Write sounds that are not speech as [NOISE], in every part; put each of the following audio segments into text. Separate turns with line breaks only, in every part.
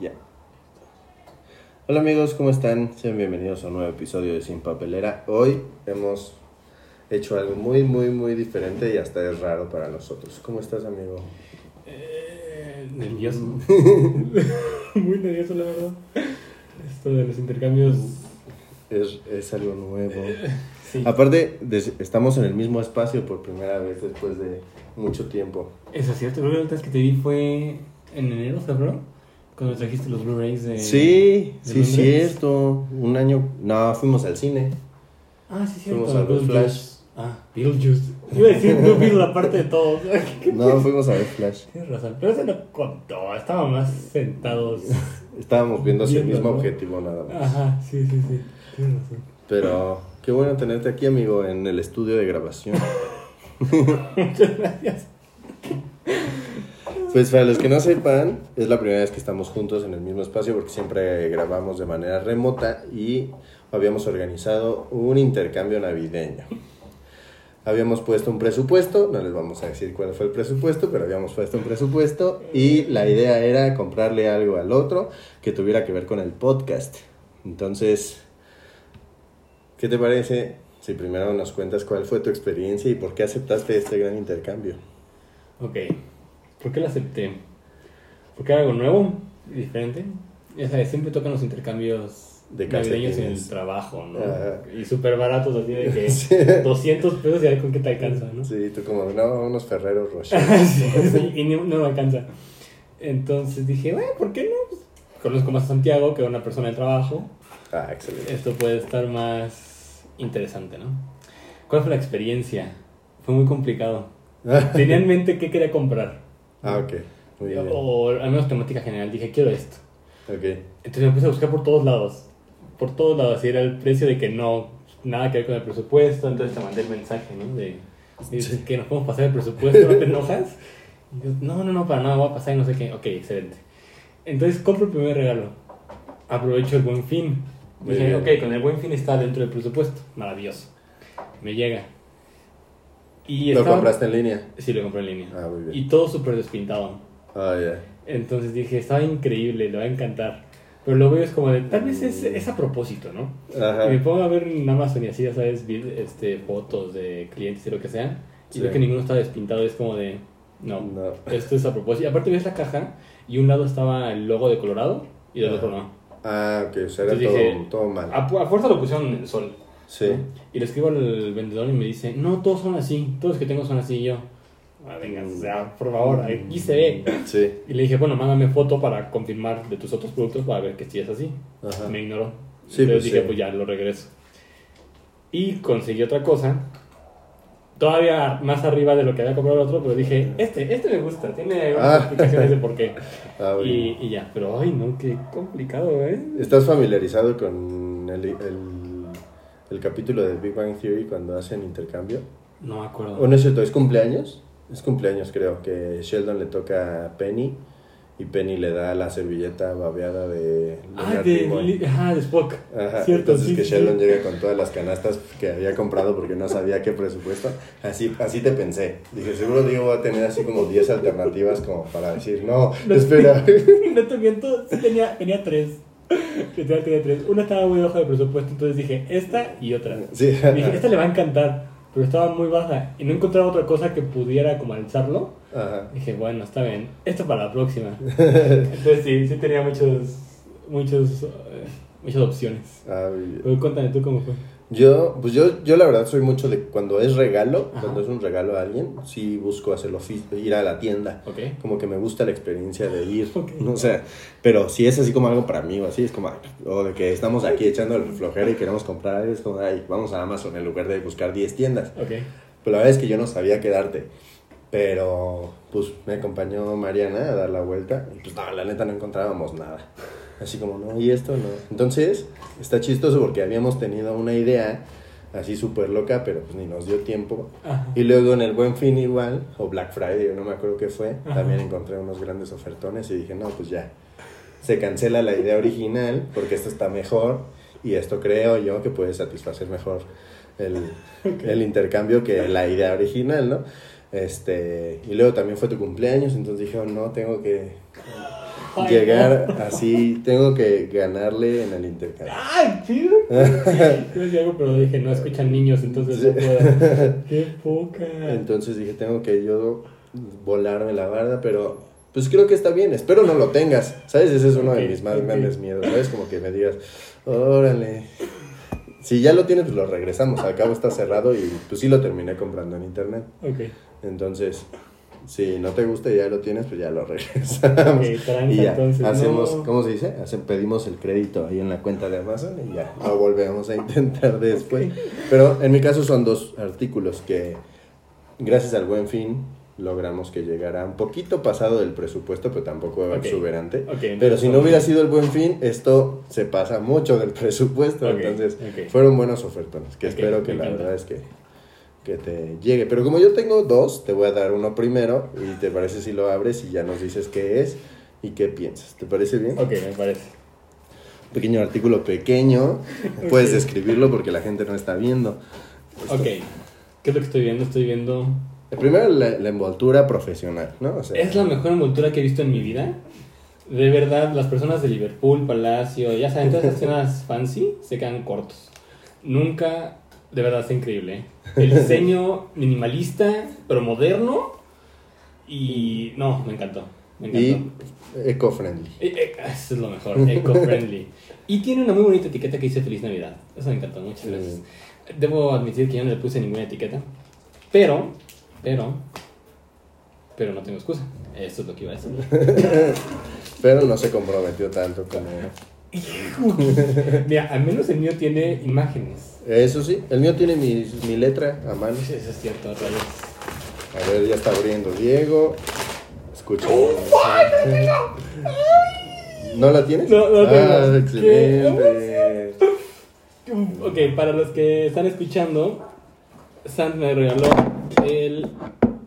Ya. Hola amigos, ¿cómo están? Sean bienvenidos a un nuevo episodio de Sin Papelera. Hoy hemos hecho algo muy, muy, muy diferente y hasta es raro para nosotros. ¿Cómo estás, amigo?
Eh, nervioso. [LAUGHS] Muy nervioso, la verdad. Esto de los intercambios.
Es, es algo
[LAUGHS]
nuevo.
Sí.
Aparte, des- estamos en el mismo espacio por primera vez después de mucho tiempo.
Eso es cierto. Creo que la última vez que te vi fue en enero, febrero. Cuando trajiste los Blu-rays de.
Sí,
Eh, de
sí,
Londres.
cierto. Un año... No, fuimos al cine.
Ah, sí, cierto.
Fuimos a ver
Beetlejuice.
Flash.
Ah, Beetlejuice. Iba a decir Blue Beetle, la parte de todos.
No, fuimos a ver Flash.
[LAUGHS] Tienes razón. Pero eso no contó. Estábamos más
[LAUGHS]
sentados.
Estábamos viendo hacia el
Viendo,
mismo
¿no?
objetivo nada más.
Ajá, sí, sí, sí. Tienes razón.
[LAUGHS] Pero qué bueno tenerte aquí, amigo, en el estudio de grabación.
Muchas gracias.
Pues para los que no sepan, es la primera vez que estamos juntos en el mismo espacio porque siempre grabamos de manera remota y habíamos organizado un intercambio navideño. Habíamos puesto un presupuesto, no les vamos a decir cuál fue el presupuesto, pero habíamos puesto un presupuesto y la idea era comprarle algo al otro que tuviera que ver con el podcast. Entonces, ¿qué te parece si primero nos cuentas cuál fue tu experiencia y por qué aceptaste este gran intercambio?
Ok, ¿por qué lo acepté? Porque era algo nuevo y diferente. Ya sabes, siempre tocan los intercambios
De
navideños en el
calcetines.
trabajo, ¿no?
Ajá.
Y súper baratos, así de
[LAUGHS]
que
Sí.
200 pesos y a ver con qué te alcanza, ¿no?
Sí, tú como, no, unos Ferreros Rocher.
[LAUGHS] Sí, [LAUGHS] sí, y ni- no me alcanza. Entonces dije, bueno, ¿por qué no? Pues, conozco más a Santiago que a una persona de trabajo.
Ah, excelente.
Esto puede estar más interesante, ¿no? ¿Cuál fue la experiencia? Fue muy complicado. Tenía en mente qué quería comprar.
Ah, ok. Muy bien. Ok.
O al menos temática general, dije, quiero esto. Entonces me puse a buscar por todos lados. Por todos lados, y era el precio de que no, nada que ver con el presupuesto. Entonces te mandé el mensaje, ¿no? De, de
Sí.
que nos podemos pasar el presupuesto, no te enojas. Y yo, no, no, no, para nada, voy a pasar y no sé qué. Ok, excelente. Entonces compro el primer regalo. Aprovecho el buen fin.
Muy
Dije,
bien.
ok, con el buen fin está dentro del presupuesto. Maravilloso. Me llega. Y
¿Lo
estaba-
compraste en línea?
Sí, lo compré en línea.
Ah, muy bien.
y todo súper despintado.
Ah, ya.
Entonces dije, estaba increíble, le va a encantar. Pero luego es como de, tal vez es,
Mm.
es a propósito, ¿no? Y me
Ajá.
pongo a ver en Amazon y así, ya sabes, vi- este, fotos de clientes y lo que sea. Y
Sí.
veo que ninguno estaba despintado, es como de, no,
No.
esto es a propósito. Y aparte ves la caja y un lado estaba el logo de Colorado y del
Ajá.
otro no.
Ah, ok, o sea, era
Entonces
todo,
dije- ah,
todo
A,
mal.
pu- a fuerza lo pusieron en el sol.
Sí.
¿no? Y le escribo al vendedor y me dice, no, todos son así, todos los que tengo son así. Y yo, "Ah, venga, o sea, por favor,
Mm.
aquí se ve.
Sí.
Y le dije, bueno, mándame foto para confirmar de tus otros productos para ver que sí es así.
Ajá.
Me ignoró.
Ah. Sí,
Entonces
pues,
dije,
sí.
pues ya, lo regreso. Y conseguí otra cosa, todavía más arriba de lo que había comprado el otro, pero dije, este, este me gusta, tiene
Ah.
algunas explicaciones de por qué.
[LAUGHS] Ah, bueno.
Y, y ya, pero ay no, qué complicado, ¿eh?
¿Estás familiarizado con el, el, el capítulo de Big Bang Theory cuando hacen intercambio?
No me acuerdo.
¿O no es cierto? ¿Es cumpleaños? Es cumpleaños, creo, que Sheldon le toca a Penny y Penny le da la servilleta babeada de
ah,
Leonard
de,
Nimoy.
Lily- ajá, de Spock. [LAUGHS]
Ajá,
Cierto,
entonces
sí,
que
sí,
Sheldon
sí.
llega con todas las canastas que había comprado porque no sabía qué presupuesto. Así, así te pensé. Dije, seguro Diego va a tener así como 10 alternativas como para decir, no,
[LAUGHS]
espera. [LAUGHS]
No te miento, sí tenía, tenía tres. [LAUGHS] Literal tenía tres. Una estaba muy baja de presupuesto, entonces dije esta y otra.
Sí.
Dije, esta le va a encantar, pero estaba muy baja y no encontraba otra cosa que pudiera como alzarlo.
Ajá.
Dije, bueno, está bien, esto para
[LAUGHS]
la próxima. Entonces sí, sí tenía muchos, muchos, eh, muchas opciones.
Ah, muy bien.
Pero cuéntame tú cómo fue.
Yo, pues yo, yo la verdad soy mucho de cuando es regalo,
Ajá.
cuando es un regalo a alguien, sí busco hacerlo, fí- ir a la tienda.
Ok.
Como que me gusta la experiencia de ir,
Ok.
no sé, pero si es así como algo para mí o así, es como, ay, o de que estamos aquí echando el flojera y queremos comprar algo, es como, ay, vamos a Amazon en lugar de buscar 10 tiendas.
Ok.
Pues la verdad es que yo no sabía quedarte. Pero, pues, me acompañó Mariana a dar la vuelta. Y pues, no, la neta no encontrábamos nada. Así como, no, y esto no. Entonces, está chistoso porque habíamos tenido una idea así súper loca, pero pues ni nos dio tiempo.
Ajá.
Y luego en el Buen Fin igual, o Black Friday, no me acuerdo qué fue,
Ajá.
también encontré unos grandes ofertones y dije, no, pues ya, se cancela la idea original porque esto está mejor y esto creo yo que puede satisfacer mejor
[LAUGHS]
el, el intercambio que la idea original, ¿no? Este, y luego también fue tu cumpleaños, entonces dije, oh, no, tengo que...
Ay,
llegar así, tengo que ganarle en el intercambio.
¡Ay, chido! Yo decía algo, pero dije, no escuchan niños, entonces no puedo. ¡Qué poca!
Entonces dije, tengo que yo volarme la barda, pero pues creo que está bien, espero no lo tengas, ¿sabes? Ese es uno de
Ok,
mis más
ok.
grandes miedos, ¿sabes? Como que me digas, órale. Si ya lo tienes, pues lo regresamos, al cabo está cerrado y pues sí lo terminé comprando en internet.
Ok,
Entonces, si no te gusta y ya lo tienes, pues ya lo [LAUGHS] regresamos.
Ok, tranza,
y ya,
entonces,
hacemos,
no.
¿cómo se dice? Hace- pedimos el crédito ahí en la cuenta de Amazon y ya, lo volvemos a intentar [LAUGHS] después. Pero en mi caso son dos artículos que, gracias al buen fin, logramos que llegara un poquito pasado del presupuesto, pero tampoco
Ok.
exuberante.
ok.
Pero
entonces,
si no hubiera sido el buen fin, esto se pasa mucho del presupuesto.
Ok,
Entonces,
ok.
fueron buenos ofertones, que
Ok,
espero que
me
la
encanta.
verdad es que, que te llegue. Pero como yo tengo dos, te voy a dar uno primero y te parece si lo abres y ya nos dices qué es y qué piensas. ¿Te parece bien?
Ok, me parece.
Pequeño artículo
[LAUGHS]
pequeño. Puedes describirlo porque la gente no está viendo. Esto.
Ok, ¿qué es lo que estoy viendo? Estoy viendo...
Primero, la, la envoltura profesional, ¿no? O sea,
Es la mejor envoltura que he visto en mi vida. De verdad, las personas de Liverpool, Palacio, ya saben, todas esas escenas fancy se quedan cortos. Nunca, de verdad, es increíble. ¿eh? El diseño minimalista, pero moderno. Y no, me encantó. Me encantó.
y eco-friendly.
Eh, eh, Eso es lo mejor, eco-friendly. Y tiene una muy bonita etiqueta que dice Feliz Navidad. Eso me encantó, muchas gracias. Debo admitir que yo no le puse ninguna etiqueta. Pero, pero, pero no tengo excusa. Eso es lo que iba a decir.
Pero no se comprometió tanto como...
Mira, al menos el mío tiene imágenes.
Eso sí, el mío tiene mi, mi letra a mano.
Eso es cierto, rayos.
A ver, ya está abriendo Diego. Escucha.
¡Oh,
[LAUGHS] ¿No la tienes?
No, no la
ah,
tengo.
excelente.
Ok, para los que están escuchando, Sam me regaló el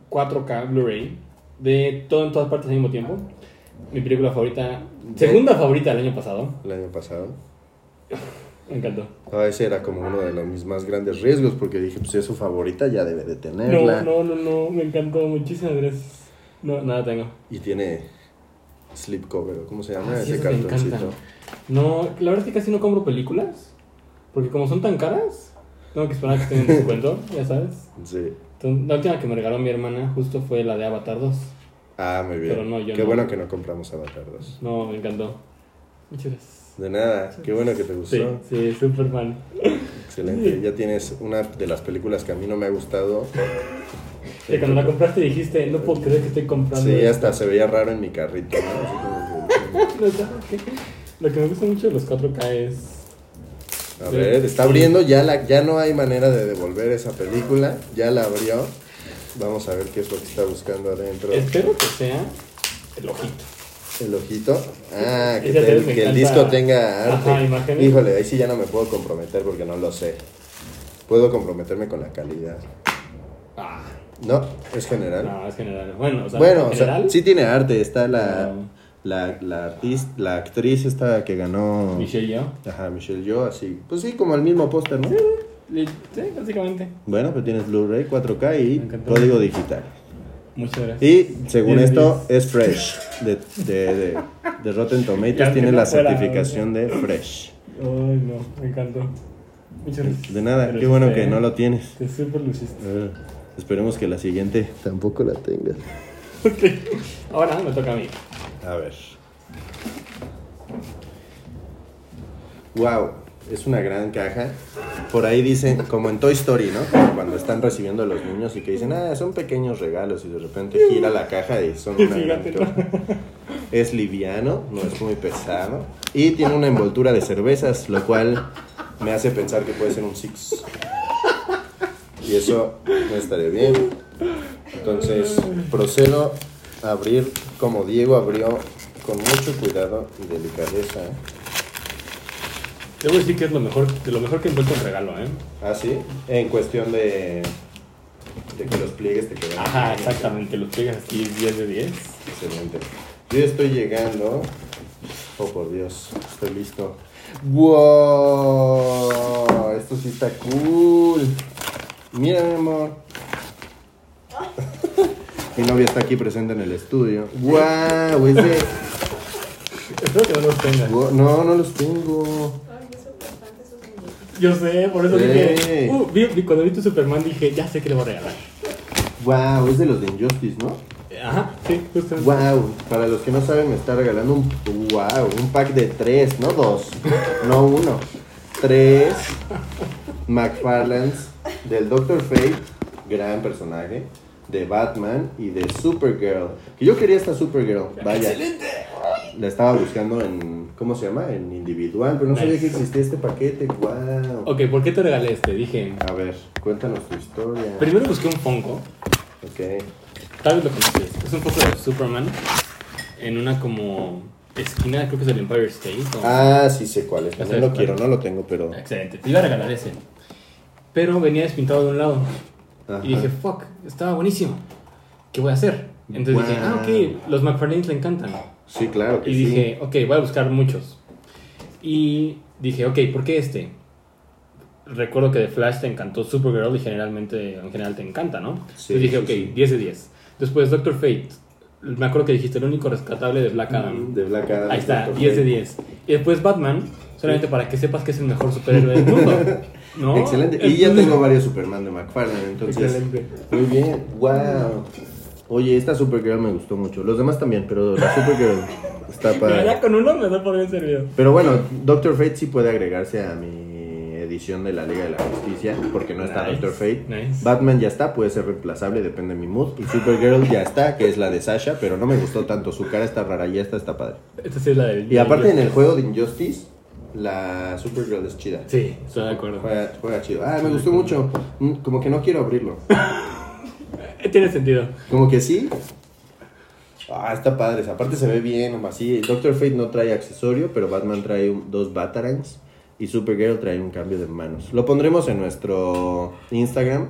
4K Blu-ray de todo en todas partes al mismo tiempo. Mi película favorita, segunda favorita del año pasado.
El año pasado.
Me encantó.
Ah, ese era como uno de los mis más grandes riesgos porque dije, pues si es su favorita, ya debe de tenerla.
No, no, no, no, me encantó. Muchísimas gracias. No, nada tengo.
Y tiene slipcover, ¿o ¿cómo se llama?
Ah, sí,
ese
esos me
cartoncito.
encantan. No, la verdad es que casi no compro películas. Porque como son tan caras, tengo que esperar a que tengan descuento,
[LAUGHS]
ya sabes.
Sí.
Entonces, la última que me regaló mi hermana justo fue la de Avatar 2.
Ah, muy bien.
Pero no, yo
Qué
no.
bueno que no compramos Avatar 2.
No, me encantó. Muchas gracias.
De nada, qué bueno que te gustó.
Sí, sí, súper fan.
Excelente. Ya tienes una de las películas que a mí no me ha gustado.
Que cuando la compraste dijiste, no puedo creer que estoy comprando.
Sí,
esto".
hasta se veía raro en mi carrito. ¿no? Así como que-
[LAUGHS] No, ¿sabes qué? Lo que me gusta mucho de los 4K es...
A ver, está abriendo, ya, la, ya no hay manera de devolver esa película, ya la abrió. Vamos a ver qué es lo que está buscando adentro.
Espero que sea el ojito.
El ojito. Ah, que,
Ese
te-
dedo me
que el
encanta.
disco tenga arte.
Ajá, imágenes.
Híjole, ahí sí ya no me puedo comprometer porque no lo sé. Puedo comprometerme con la calidad.
Ah,
No, es general.
no, es general. Bueno, o sea,
bueno, o sea,
general,
sí ah, tiene arte. Está la,
No.
la, la, artis- la actriz esta que ganó.
Michelle y yo.
Ajá, Michelle Yo, así. Pues sí, como el mismo póster, ¿no?
Le- Sí, básicamente.
Bueno, pues tienes Blu-ray 4K y
Me encantó.
código digital.
Muchas gracias.
Y según
Bien,
esto, es fresh. De, de, de, de Rotten Tomatoes
Ya,
tiene
que no
la
fuera,
certificación de fresh.
Ay, no, me encantó. Muchas gracias.
De nada,
Pero
qué bueno
sí,
que
eh,
no lo tienes.
Te súper luciste.
Eh, esperemos que la siguiente tampoco la tengas.
Ahora me toca a mí.
A ver. Wow, es una gran caja. Por ahí dicen, como en Toy Story, ¿no? Como cuando están recibiendo a los niños y que dicen, ah, son pequeños regalos y de repente gira la caja y son
Y
una gran
fíjate,
caja. Es liviano, no es muy pesado y tiene una envoltura de cervezas, lo cual me hace pensar que puede ser un Six. Y eso no estaría bien. Entonces procedo a abrir como Diego abrió con mucho cuidado y delicadeza.
Debo decir que es lo mejor, de lo mejor que encuentro en regalo, ¿eh?
Ah, sí. En cuestión de, de que los pliegues te quedan.
Ajá, exactamente. Los pegas aquí 10 de 10.
Excelente. Yo estoy llegando. Oh, por Dios, estoy listo. ¡Wow! Esto sí está cool. Mira, mi amor. [LAUGHS] mi novia está aquí presente en el estudio. ¡Wow! Es de
Espero que no los tengan.
Wo- No, no los tengo.
Ay, yo soy fan de esos muñecos.
Yo sé, por eso
Ey.
dije. Uh, vi- vi- cuando vi tu Superman dije, ya sé que le voy a regalar.
Wow, es de los de Injustice, ¿no?
Ajá, Pues sí, justamente.
Wow, para los que no saben, me está regalando un wow, un pack de tres, no dos, no uno. Tres McFarlands del Doctor Fate, gran personaje, de Batman y de Supergirl. Que yo quería esta Supergirl, vaya. ¡Excelente! La estaba buscando en, ¿cómo se llama? En individual, pero no sabía que existía este paquete, wow.
Ok, ¿por qué te regalé este? Dije,
A ver, cuéntanos tu historia.
primero busqué un Funko.
Ok.
Tal vez lo conoces. Es un poco de Superman. En una como esquina, creo que es el Empire State. o-
Ah, sí sé cuál es. No
sé
lo
cuál. Eh,
quiero, no lo tengo, pero...
Excelente. Te iba a regalar ese. Pero venía despintado de un lado.
Ajá.
Y dije, fuck, estaba buenísimo. ¿Qué voy a hacer? Entonces dije, ah,
Wow.
ok, los McFarlanes le encantan.
Sí, claro que
Y
sí.
dije, ok, voy a buscar muchos. Y dije, ok, ¿por qué este? Recuerdo que de Flash te encantó Supergirl y generalmente, en general te encanta, ¿no?
Sí,
Entonces dije,
sí,
ok,
sí.
10 de 10. Después Doctor Fate. Me acuerdo que dijiste el único rescatable de Black Adam.
Mm, De Black Adam.
Ahí está,
Doctor
10 de
Fate.
10. Y después Batman, solamente para que sepas que es el mejor superhéroe del mundo.
[LAUGHS]
¿no?
Excelente. Y ya tengo varios Superman de McFarlane, entonces...
Excelente.
Muy bien. Wow. Oye, esta Supergirl me gustó mucho. Los demás también, pero la
[LAUGHS]
Supergirl está
La verdad,
para...
con uno me da por bien servido.
Pero bueno, Doctor Fate sí puede agregarse a mi edición de la Liga de la Justicia, porque no está
Nice,
Doctor Fate.
nice.
Batman ya está, puede ser reemplazable, depende de mi mood. Y Supergirl ya está, que es la de Sasha, pero no me gustó tanto. Su cara está rara y esta está padre.
Esta sí es la del.
Y aparte en el juego de Injustice, la Supergirl es chida.
Sí, estoy de acuerdo.
Juega, juega chido. Ah, me gustó mucho. Mm, Como que no quiero abrirlo.
Eh, Tiene sentido.
Como que sí. Ah, está padre. Aparte se ve bien, así. Doctor Fate no trae accesorio, pero Batman trae un- dos Batarangs. Y Supergirl trae un cambio de manos. Lo pondremos en nuestro Instagram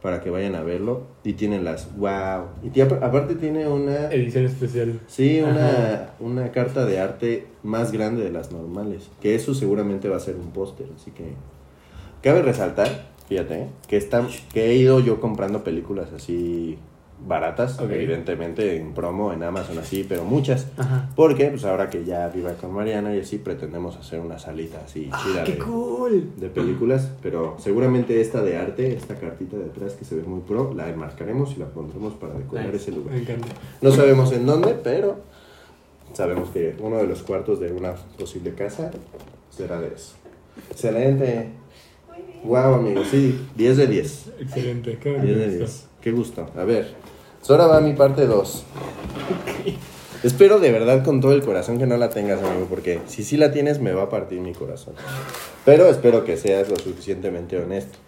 para que vayan a verlo. Y tienen las... ¡Wow! Y tie- aparte tiene una...
Edición especial.
Sí, una,
Ajá.
una carta de arte más grande de las normales. Que eso seguramente va a ser un póster. Así que. Cabe resaltar, fíjate, que, están, que he ido yo comprando películas así baratas,
Ok.
evidentemente en promo, en Amazon, así, pero muchas.
Ajá.
Porque, pues ahora que ya viva con Mariana y así, pretendemos hacer una salita así chida
Ah, ¡Qué
de,
cool!
de películas. Pero seguramente esta de arte, esta cartita de atrás que se ve muy pro, la enmarcaremos y la pondremos para decorar ese lugar.
Me encanta.
No sabemos en dónde, pero sabemos que uno de los cuartos de una posible casa será de eso. Excelente.
Muy bien.
Wow, amigo, sí, 10 de 10.
Excelente. Qué
10 de
bonito.
10. Qué gusto. A ver, pues ahora va mi parte 2. Espero de verdad con todo el corazón que no la tengas, amigo, porque si sí la tienes me va a partir mi corazón. Pero espero que seas lo suficientemente honesto.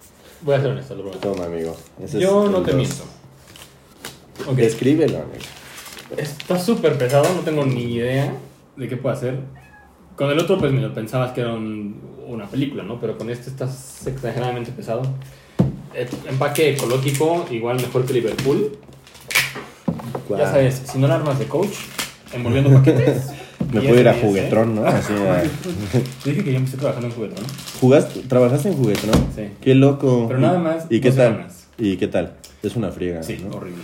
Voy a ser honesto, lo prometo.
Toma, amigo. ese es
Yo
el
no te
dos.
miento. Ok.
Descríbelo, amigo.
Está súper pesado, no tengo ni idea de qué puedo hacer. Con el otro, pues me lo pensabas que era un- una película, ¿no? Pero con este estás exageradamente pesado. Eh, Empaque ecológico, igual mejor que Liverpool. Ya
Guau.
sabes, si no la armas de coach, envolviendo paquetes.
[LAUGHS] Me
10
puedo ir a
de 10, ¿eh?
juguetrón, ¿no?
[LAUGHS]
Así a-
Te dije que yo empecé trabajando en juguetrón.
¿Jugaste, trabajaste en juguetrón?
Sí.
Qué loco.
Pero nada más,
¿Y qué
dos
tal?
semanas.
¿Y qué tal? Es una friega,
Sí,
¿no?
horrible.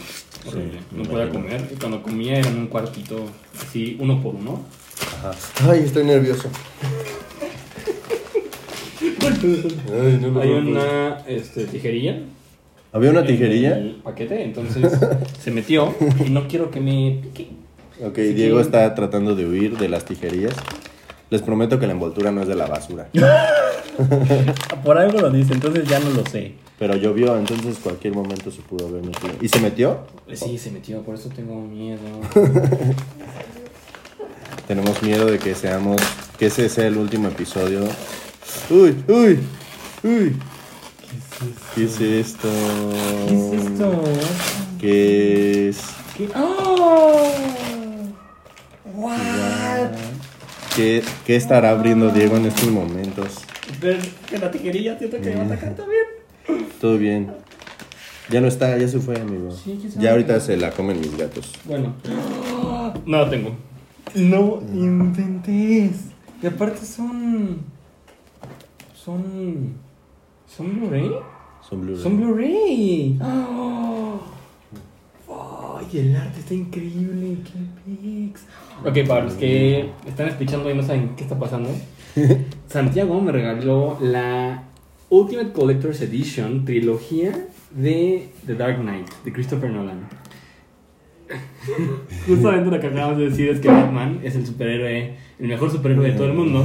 horrible.
me
no podía
imagino.
comer. Y cuando comía era en un cuartito, así, uno por uno.
Ajá. Ay, estoy nervioso. Ay, no lo
[LAUGHS] Hay
puedo creer.
una este, tijerilla.
¿Había una
en
tijerilla?
el paquete, entonces [LAUGHS] se metió y no quiero que me pique.
Ok,
Sí,
Diego
sí.
está tratando de huir de las tijerillas. Les prometo que la envoltura no es de la basura.
Por algo lo dice, entonces ya no lo sé.
Pero llovió, entonces cualquier momento se pudo haber metido. ¿Y se metió?
Sí, se metió, por eso tengo [LAUGHS] miedo.
Tenemos miedo de que seamos. que ese sea el último episodio. ¡Uy, uy! ¡Uy! ¿Qué es esto?
¿Qué es esto?
¿Qué es?
¿Qué? ¡Oh!
¿Qué, qué estará abriendo Diego en estos momentos?
Pero que la tijerilla siento que me va a atacar también.
Todo bien. Ya no está, ya se fue, amigo.
Sí, que se
ya
va.
ahorita se la comen mis gatos.
Bueno. No la tengo. No intentes. Y aparte son. Son. ¿Son Blu-ray?
Son Blu-ray. [GASPS]
Son Blu-ray. ¡Oh! ¡Ay, y el arte está increíble. ¡Qué pix! Ok, para los que están escuchando y no saben qué
[LAUGHS]
está pasando, Santiago me regaló la Ultimate Collector's Edition trilogía de The Dark Knight de
[LAUGHS]
Christopher Nolan. Justamente lo que acabamos de decir es que Batman es el superhéroe, el mejor superhéroe de todo
[LAUGHS]
el mundo.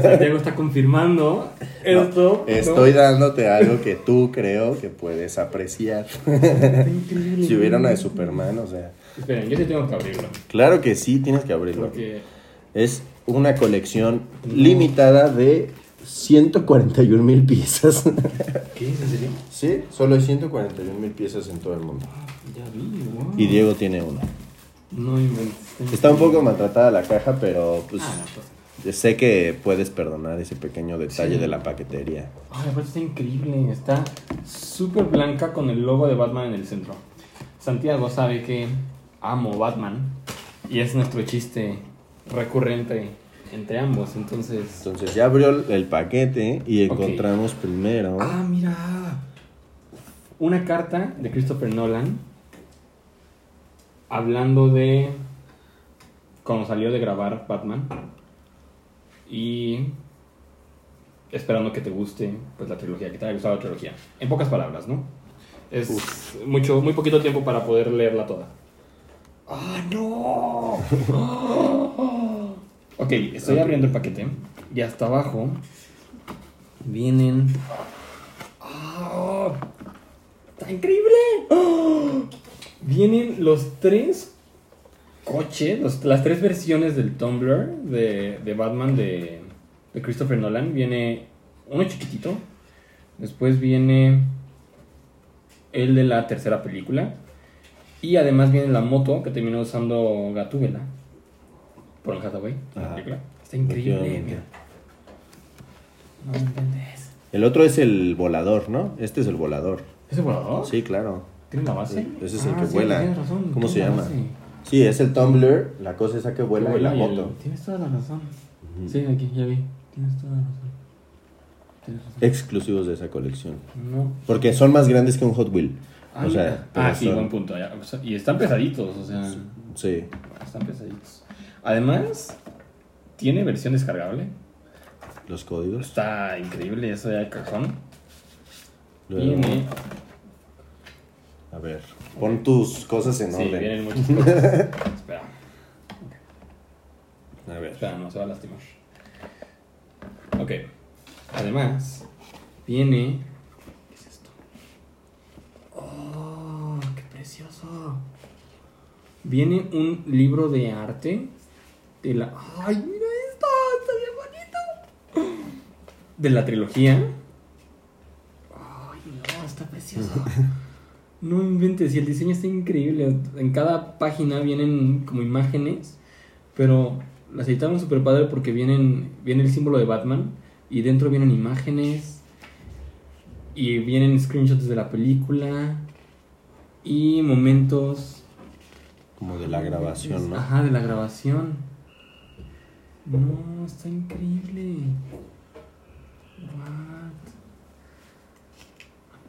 Santiago está confirmando esto. ¿no?
Estoy dándote algo que tú creo que puedes apreciar. [LAUGHS]
Está increíble.
Si hubiera una de Superman, o sea.
Esperen, yo sí tengo que abrirlo.
Claro que sí, tienes que abrirlo.
Porque
Es una colección limitada de 141 mil piezas. [LAUGHS]
¿Qué? ¿En serio?
sí, solo hay 141 mil piezas en todo el mundo.
Ah, Ya vi, wow.
Y Diego tiene una.
No inventes.
Está un poco maltratada la caja, pero pues
Ah, no, pues.
sé que puedes perdonar ese pequeño detalle de la paquetería.
Ay, aparte está increíble. Está súper blanca con el logo de Batman en el centro. Santiago sabe que amo Batman. Y es nuestro chiste recurrente entre ambos. Entonces.
Entonces ya abrió el paquete y
Ok.
encontramos primero.
Ah, mira. Una carta de Christopher Nolan. Hablando de. Cuando salió de grabar Batman. Y. Esperando que te guste pues, la trilogía, que te haya gustado la trilogía. En pocas palabras, ¿no? Es mucho, muy poquito tiempo para poder leerla toda. ¡Ah, no! [LAUGHS] ok, estoy abriendo el paquete. Y hasta abajo vienen. ¡Ah! ¡Está increíble! ¡Ah! Vienen los tres coches, los- las tres versiones del Tumblr de, de Batman de, de Christopher Nolan. Viene uno chiquitito, después viene el de la tercera película. Y además viene la moto que terminó usando Gatúbela por el Hathaway. en la
Ajá.
película. Está increíble,
Efectivamente.
mira. No me entendés.
El otro es el volador, ¿no? Este es el volador.
¿Ese volador?
Sí, claro.
¿Tiene la base?
Ese es el
Ah,
que
sí,
vuela.
Tienes razón.
¿Cómo se
tiene la
llama?
base.
Sí, es el Tumblr, la cosa esa que vuela,
Que
y la
vuela y el-
moto.
Tienes toda la razón.
Ujú.
Sí, aquí, ya vi. Tienes toda la razón. Tienes
Eh,
razón.
Exclusivos de esa colección.
No.
Porque son más grandes que un Hot Wheel.
Ah,
o sea,
mira.
pero
ah sí,
son-
buen punto. ya. O sea, Y están pesaditos, o sea,
Sí.
están pesaditos. Además, tiene versión descargable.
Los códigos.
Está increíble eso del cajón.
Luego,
Viene-
a ver, pon tus cosas en
sí,
orden. [LAUGHS]
vienen muchas cosas. Espera,
A ver.
espera, no se va a lastimar. Ok. Además, viene. ¿Qué es esto? ¡Oh, qué precioso! Viene un libro de arte de la. ¡Ay, mira esto! ¡Está bien bonito! De la trilogía. ¡Ay, no! Está precioso. No inventes, y el diseño está increíble. En cada página vienen como imágenes, pero las editaron súper padre porque vienen, viene el símbolo de Batman y dentro vienen imágenes y vienen screenshots de la película y momentos
Como de la grabación, ¿no?
Ajá, de la grabación. No, está increíble. What?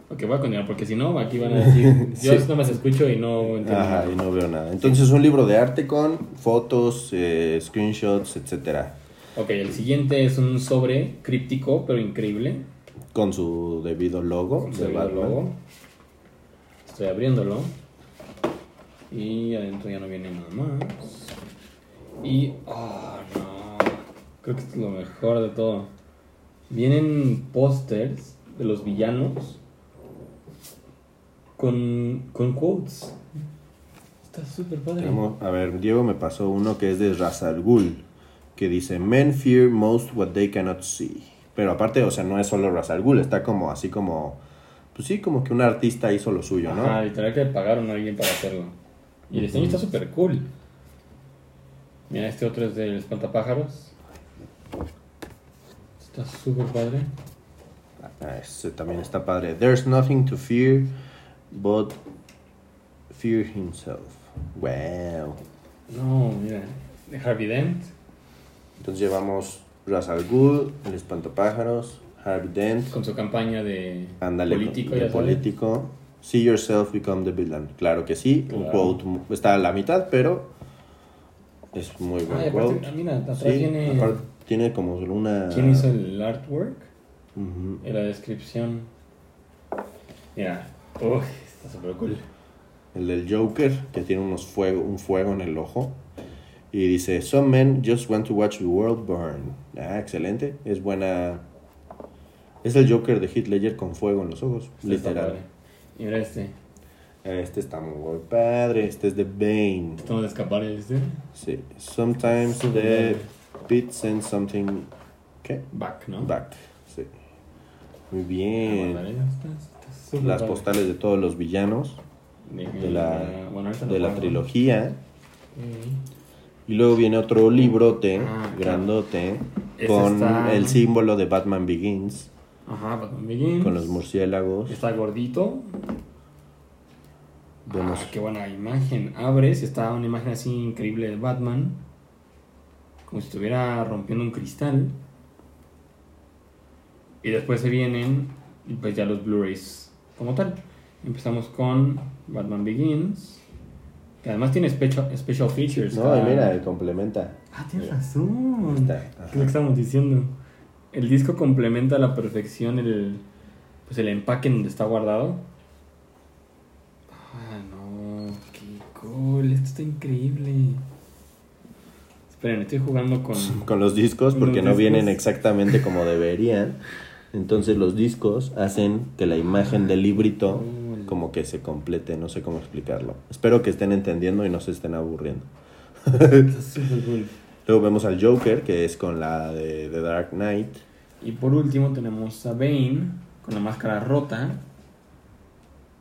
Ok, voy a continuar porque si no, aquí van a decir.
[LAUGHS]
Yo
Sí.
nada más escucho y no entiendo.
Ajá, y no veo nada. Entonces, un libro de arte con fotos, eh, screenshots, etcétera.
Ok, el siguiente es un sobre críptico, pero increíble.
Con su debido logo.
Con
de
su debido
Batman.
logo. Estoy abriéndolo. Y adentro ya no viene nada más. Y. ¡Oh, no! Creo que esto es lo mejor de todo. Vienen pósters de los villanos con, con quotes. Está súper padre.
Tenemos- a ver, Diego me pasó uno que es de Razal Ghul, que dice, Men fear most what they cannot see. Pero aparte, o sea, no es solo Razal Ghul, está como así como, pues sí, como que un artista hizo lo suyo, ¿no?
Ajá, literal que le pagaron a alguien para hacerlo. Y el diseño está súper cool. Mira, este otro es del espantapájaros. Está súper padre.
Ah, Este también está padre. There's nothing to fear but fear himself. Wow.
No, mira. De Harvey Dent.
Entonces llevamos Razal Ghul, El Espantapájaros, Harvey Dent,
Con su campaña de
Ándale,
político.
de
ya sabes.
político, See yourself become the villain. Claro que sí, un
Claro.
quote está a la mitad, pero es muy buen
Ay, Ah, aparte,
quote.
mira, atrás
Sí,
viene.
aparte ah. tiene como una...
¿Quién hizo el artwork?
Ujú.
En la descripción. Mira. Uy, está súper cool.
El del Joker, que tiene unos fuego, un fuego en el ojo. Y dice, Some men just want to watch the world burn. Ah, excelente. Es buena... Es el Joker de Heath Ledger con fuego en los ojos,
Este está
literal.
padre. Y mira este.
Este está muy padre. Este es de Bane.
Estamos de escapar este.
Sí. Sometimes the pit sends something... ¿Qué?
Back, ¿no?
Back. Sí. Muy
Ah,
bien.
guardaré estas, estas súper
Eh, Las
padre.
postales de todos los villanos
De,
de la-
bueno, ahorita
de
no
la
puedo.
trilogía.
Mm.
Y luego viene otro librote,
Ah, claro.
grandote,
Ese
con
está-
el símbolo de Batman Begins,
Ajá, Batman Begins.
con los murciélagos.
Está gordito.
Vemos-
Ah, qué buena imagen. Abres y está una imagen así increíble de Batman. Como si estuviera rompiendo un cristal. Y después se vienen y pues ya los Blu-rays como tal. Empezamos con Batman Begins. Que además tiene special, special features.
No,
cada-
y mira, complementa.
Ah, tienes razón.
Está, ajá.
Es lo que estamos diciendo. El disco complementa a la perfección el, pues el empaque en donde está guardado. Ah, no. Qué cool. Esto está increíble. Esperen, estoy jugando con...
Con los discos,
Con
porque
los
no
discos.
vienen exactamente como deberían. Entonces los discos hacen que la imagen del librito
Cool.
como que se complete, no sé cómo explicarlo. Espero que estén entendiendo y no se estén aburriendo.
Está súper cool.
Luego vemos al Joker, que es con la de The Dark Knight.
Y por último tenemos a Bane con la máscara rota.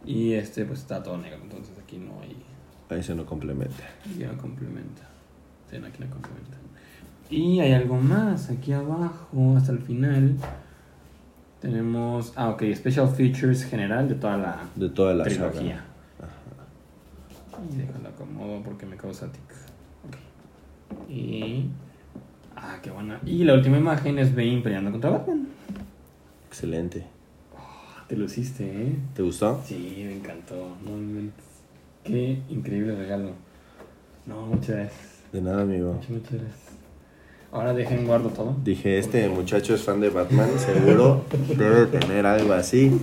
Y este pues está todo negro. Entonces aquí no hay...
Ahí se no complementa.
Ya complementa. Sí, no, aquí no complementa. Y hay algo más aquí abajo, hasta el final. Tenemos. Ah, ok, Special Features general de toda la
De toda la saga.
trilogía. Y déjalo acomodo porque me causa tic. Ok. Y. Ah, qué buena. Y la última imagen es Bane peleando contra Batman.
Excelente.
Ah, Te luciste, ¿eh?
¿Te gustó?
Sí, me encantó. No inventes. Qué increíble regalo. No, muchas gracias.
De nada, amigo.
Muchas, muchas gracias. Ahora dejen guardo todo.
Dije, este muchacho es fan de Batman, seguro debe tener algo así.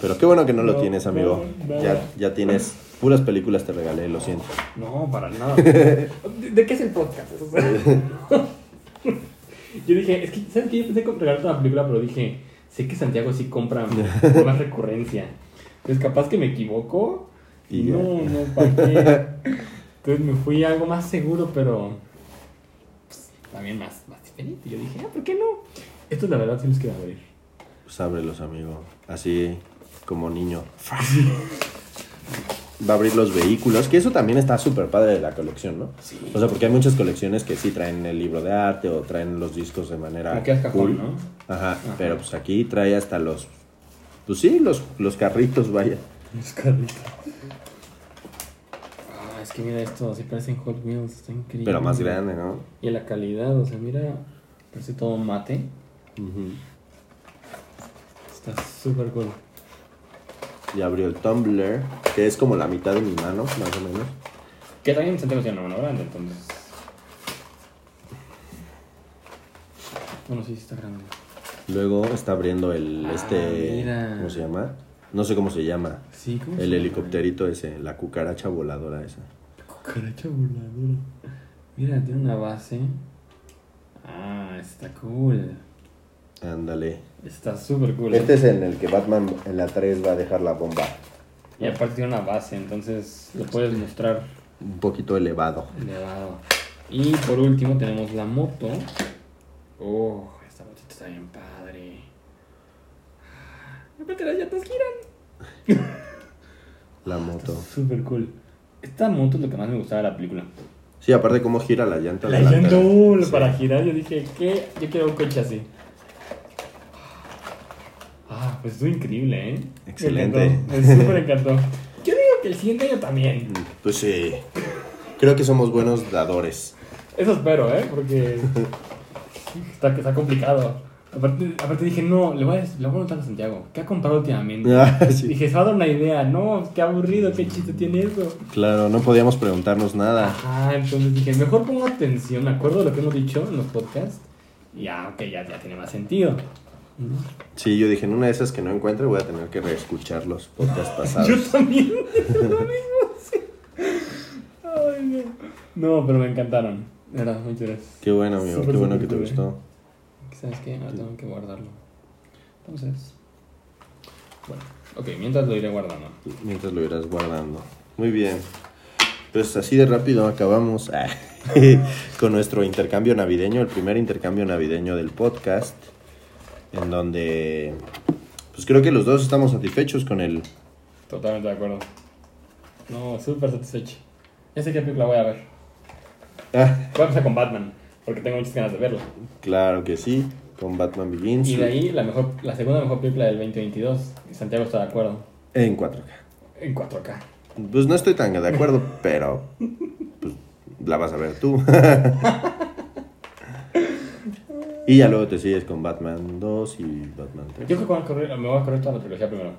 Pero qué bueno que no lo
No,
tienes, amigo.
no, no.
Ya, ya tienes puras películas, te regalé, lo siento.
No, para nada. ¿De, [LAUGHS] de qué es el podcast? O sea, [LAUGHS] yo dije, es que, ¿sabes qué? Yo pensé en regalarte una película, pero dije, sé que Santiago sí compra con más recurrencia. Entonces, capaz que me equivoco. Y
Y ya.
no, no, ¿para qué? Entonces me fui a algo más seguro, pero pues, también más, más diferente. Yo dije, ah, ¿por qué no? Esto la verdad tienes que abrir.
Pues ábrelos, amigo. Así como niño. Va a abrir los vehículos, que eso también está súper padre de la colección, ¿no?
Sí.
O sea, porque hay muchas colecciones que sí traen el libro de arte o traen los discos de manera
Como que es cajón,
cool.
¿no?
Ajá,
Ajá.
pero pues aquí trae hasta los... Pues sí, los, los carritos, vaya.
Los carritos. Ah, es que mira esto, así parecen Hot Wheels, está increíble.
Pero más grande, ¿no?
Y la calidad, o sea, mira, parece todo mate. Está súper cool.
Y abrió el Tumblr, que es como la mitad de mi mano, más o menos.
Que también Santiago tiene una mano grande, entonces. Bueno, sí, sí está grande.
Luego está abriendo el,
Ah,
este,
mira.
¿cómo se llama? No sé cómo se llama.
Sí, ¿cómo se
El
llama?
helicópterito ese, la cucaracha voladora esa.
Cucaracha voladora. Mira, tiene una base. Ah, está cool.
Ándale.
Está súper cool.
Este es en el que Batman en la 3 va a dejar la bomba.
Y aparte tiene una base, entonces lo puedes mostrar.
Un poquito elevado.
Elevado. Y por último tenemos la moto. Oh, esta motita está bien padre. Aparte las llantas giran. Ah,
La moto.
Súper cool. Esta moto es lo que más me gustaba de la película.
Sí, aparte cómo gira la llanta.
La
delantera.
llanta uh,
Sí.
para girar, yo dije, ¿qué? Yo quiero un coche así. Ah, pues estuvo increíble, ¿eh? Me
Excelente.
encantó, Me súper encantó. [LAUGHS] Yo digo que el siguiente año también.
Pues sí. Creo que somos buenos dadores. [LAUGHS]
Eso espero, ¿eh? Porque está, está complicado. Aparte, aparte dije, no, le voy, a, des- le voy a preguntar a Santiago, ¿qué ha comprado últimamente?
Ah, [LAUGHS] sí.
Dije, se va a dar una idea. No, qué aburrido, qué chiste tiene eso.
Claro, no podíamos preguntarnos nada.
Ajá, entonces dije, mejor pongo atención, me acuerdo de lo que hemos dicho en los podcasts. Y Ya, ok, ya, ya tiene más sentido.
Sí, yo dije, en una de esas que no encuentre voy a tener que reescuchar los podcasts
Yo
pasados.
también. [LAUGHS] lo mismo, sí. Ay, no. No, pero me encantaron. Era, muchas gracias.
Qué bueno, amigo,
Súper,
qué bueno que
súper
te
cool,
gustó.
¿Sabes qué? Ahora tengo que guardarlo. Entonces. Bueno, ok, mientras lo iré guardando.
Mientras lo irás guardando. Muy bien. Pues así de rápido acabamos ah, [LAUGHS] con nuestro intercambio navideño, el primer intercambio navideño del podcast, en donde pues creo que los dos estamos satisfechos con el...
Totalmente de acuerdo. No, súper satisfecho. Ya sé qué película voy a ver.
Ah,
Voy a empezar con Batman, porque tengo muchas ganas de verlo.
claro que sí, con Batman Begins
Y de ahí, la, mejor, la segunda mejor película del 2022. Y Santiago está de acuerdo.
en 4K.
En 4K.
Pues no estoy tan de acuerdo, pero pues, la vas a ver tú. y ya luego te sigues con Batman 2 y Batman
Yo
3.
creo que voy a correr- me voy a correr toda la trilogía primero.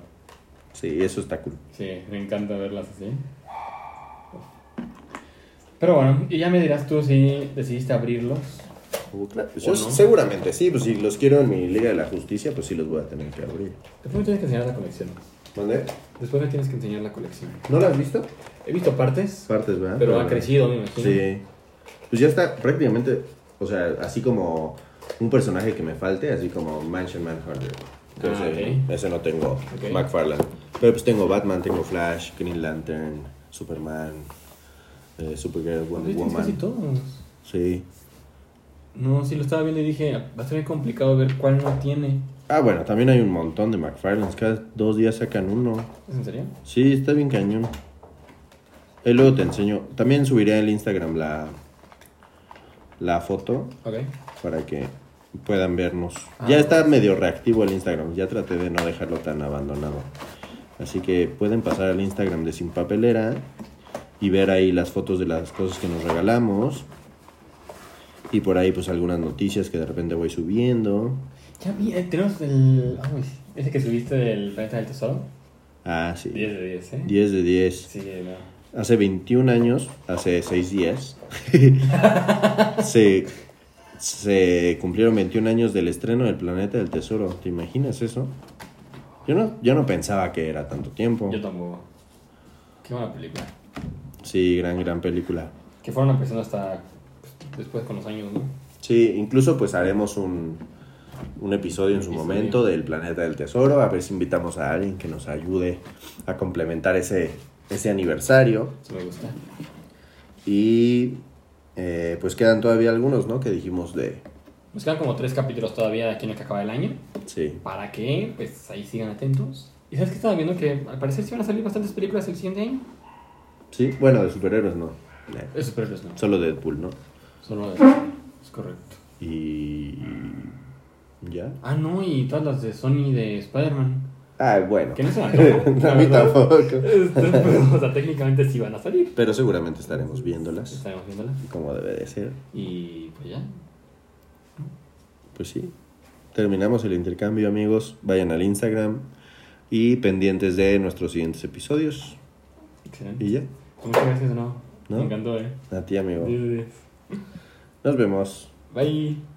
Sí, eso está cool.
Sí, me encanta verlas así. Pero bueno, y ya me dirás tú si decidiste abrirlos.
Pues
¿O
yo
no?
Seguramente sí, pues si los quiero en mi Liga de la Justicia, pues sí los voy a tener que abrir.
Después me tienes que enseñar la colección.
¿Dónde?
Después me tienes que enseñar la colección.
¿No la has visto?
He visto partes,
Partes, ¿verdad?
pero ha crecido, me imagino.
Sí. Pues ya está prácticamente, o sea, así como un personaje que me falte, así como Mansion Manhunter. Entonces,
Ah, ok.
eh, ese no tengo,
Ok.
McFarlane. Pero pues tengo Batman, tengo Flash, Green Lantern, Superman, eh, Supergirl, Wonder
¿Viste casi
Woman.
todos?
Sí.
No, sí, lo estaba viendo y dije, va a ser bien complicado ver cuál no tiene.
Ah, bueno, también hay un montón de McFarlanes. Cada dos días sacan uno.
¿Es en serio?
Sí, está bien cañón. Ahí luego te enseño. También subiré al Instagram la, la foto
Ok.
para que puedan vernos.
Ah.
ya está medio reactivo el Instagram, ya traté de no dejarlo tan abandonado. Así que pueden pasar al Instagram de Sin Papelera y ver ahí las fotos de las cosas que nos regalamos. Y por ahí pues algunas noticias que de repente voy subiendo.
Ya vi, eh, tenemos el... ah, uy, ese que subiste del planeta del tesoro.
Ah, sí.
10 de 10, ¿eh?
10 de 10.
Sí, no.
Hace 21 años, hace 6 días, [LAUGHS] se, se cumplieron 21 años del estreno del Planeta del Tesoro. ¿Te imaginas eso? Yo no, yo no pensaba que era tanto tiempo.
Yo tampoco. Qué buena película.
Sí, gran, gran película.
Que fueron apareciendo hasta pues, después con los años, ¿no?
Sí, incluso pues haremos un, un episodio en su
Episodio.
momento del Planeta del Tesoro. A ver si invitamos a alguien que nos ayude a complementar ese, ese aniversario.
Eso me gusta.
Y eh, pues quedan todavía algunos, ¿no? Que dijimos de...
Nos quedan como tres capítulos todavía de aquí en lo que acaba el año.
Sí.
Para que, pues ahí sigan atentos. ¿Y sabes que estaba viendo? Que al parecer sí van a salir bastantes películas el siguiente año.
Sí, bueno, de superhéroes no. Eh,
Eso pero no.
Solo Deadpool, ¿no?
Solo de... Es correcto.
Y. ¿Ya?
Ah, no, y todas las de Sony de Spider-Man.
Ah, bueno.
Que no se me antoja,
[LAUGHS]
la
A mí
verdad.
tampoco.
Este, pues, o sea, técnicamente sí van a salir.
Pero seguramente estaremos viéndolas,
Estaremos viéndolas.
como debe de ser.
Y pues ya.
Pues sí. Terminamos el intercambio, amigos. Vayan al Instagram y pendientes de nuestros siguientes episodios.
Excelente.
Y ya.
Muchas gracias, ¿no?
¿No?
Me encantó, eh.
A ti, amigo.
Diez de diez.
Nos vemos.
Bye.